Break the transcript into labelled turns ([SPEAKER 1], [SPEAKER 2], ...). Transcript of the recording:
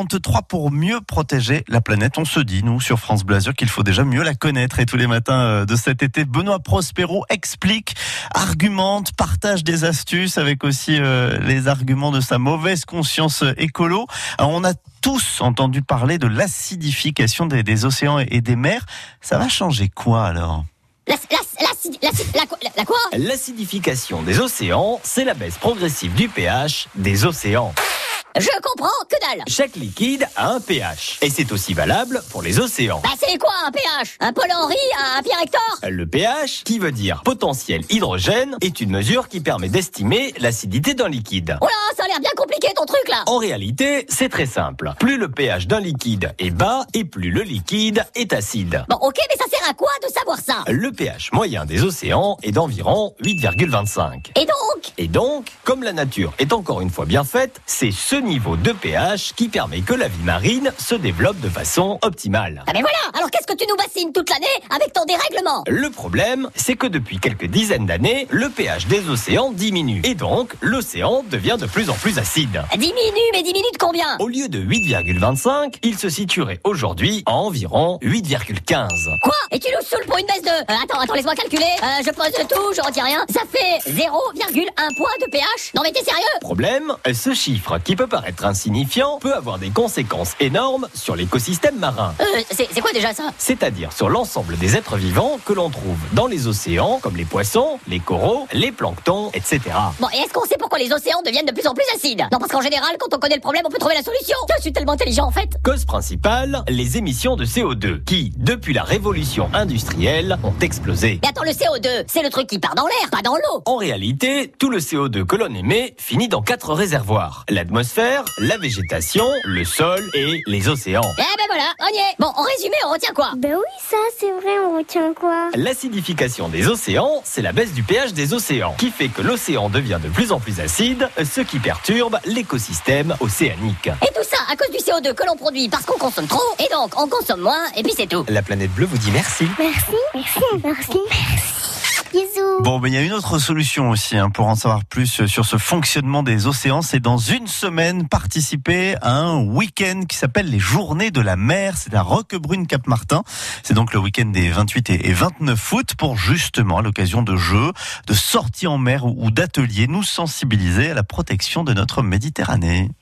[SPEAKER 1] 43 pour mieux protéger la planète. On se dit, nous, sur France Blasure, qu'il faut déjà mieux la connaître. Et tous les matins euh, de cet été, Benoît Prospero explique, argumente, partage des astuces avec aussi euh, les arguments de sa mauvaise conscience euh, écolo. Alors, on a tous entendu parler de l'acidification des, des océans et des mers. Ça va changer quoi alors
[SPEAKER 2] La, la- l'acid- l'acid- la quoi- la- la quoi
[SPEAKER 3] L'acidification des océans, c'est la baisse progressive du pH des océans.
[SPEAKER 2] Je comprends que dalle
[SPEAKER 3] Chaque liquide a un pH, et c'est aussi valable pour les océans.
[SPEAKER 2] Bah c'est quoi un pH Un Paul Henry Un Pierre Hector
[SPEAKER 3] Le pH, qui veut dire potentiel hydrogène, est une mesure qui permet d'estimer l'acidité d'un liquide.
[SPEAKER 2] Oh là, ça a l'air bien compliqué ton truc là
[SPEAKER 3] En réalité, c'est très simple. Plus le pH d'un liquide est bas, et plus le liquide est acide.
[SPEAKER 2] Bon ok, mais ça sert à quoi de savoir ça
[SPEAKER 3] Le pH moyen des océans est d'environ 8,25.
[SPEAKER 2] Et donc
[SPEAKER 3] Et donc, comme la nature est encore une fois bien faite, c'est ce niveau de pH qui permet que la vie marine se développe de façon optimale.
[SPEAKER 2] Ah mais voilà Alors qu'est-ce que tu nous bassines toute l'année avec ton dérèglement
[SPEAKER 3] Le problème, c'est que depuis quelques dizaines d'années, le pH des océans diminue. Et donc, l'océan devient de plus en plus acide.
[SPEAKER 2] 10 minutes, mais 10 minutes combien
[SPEAKER 3] Au lieu de 8,25, il se situerait aujourd'hui à environ 8,15.
[SPEAKER 2] Quoi Et tu nous saoules pour une baisse de... Euh, attends, attends, laisse-moi calculer. Euh, je pose de tout, je retire rien. Ça fait 0,1 point de pH Non mais t'es sérieux
[SPEAKER 3] Problème, ce chiffre qui peut paraître insignifiant peut avoir des conséquences énormes sur l'écosystème marin.
[SPEAKER 2] euh, c'est c'est quoi déjà ça
[SPEAKER 3] c'est-à-dire sur l'ensemble des êtres vivants que l'on trouve dans les océans, comme les poissons, les coraux, les planctons, etc.
[SPEAKER 2] Bon, et est-ce qu'on sait pourquoi les océans deviennent de plus en plus acides Non, parce qu'en général, quand on connaît le problème, on peut trouver la solution. Je suis tellement intelligent en fait.
[SPEAKER 3] Cause principale, les émissions de CO2, qui, depuis la révolution industrielle, ont explosé.
[SPEAKER 2] Mais attends, le CO2, c'est le truc qui part dans l'air, pas dans l'eau.
[SPEAKER 3] En réalité, tout le CO2 que l'on émet finit dans quatre réservoirs. L'atmosphère, la végétation, le sol et les océans.
[SPEAKER 2] Eh ben voilà, on y est. Bon, en résumé, on retient quoi
[SPEAKER 4] Ben oui, ça, c'est vrai, on retient quoi
[SPEAKER 3] L'acidification des océans, c'est la baisse du pH des océans, qui fait que l'océan devient de plus en plus acide, ce qui perturbe l'écosystème océanique.
[SPEAKER 2] Et tout ça à cause du CO2 que l'on produit parce qu'on consomme trop, et donc on consomme moins, et puis c'est tout.
[SPEAKER 3] La planète bleue vous dit merci.
[SPEAKER 4] Merci, merci, merci, merci. Bisous.
[SPEAKER 1] Bon, mais il y a une autre solution aussi hein, pour en savoir plus sur ce fonctionnement des océans. C'est dans une semaine participer à un week-end qui s'appelle les Journées de la mer. C'est à Roquebrune Cap Martin. C'est donc le week-end des 28 et et 29 août pour justement à l'occasion de jeux, de sorties en mer ou ou d'ateliers nous sensibiliser à la protection de notre Méditerranée.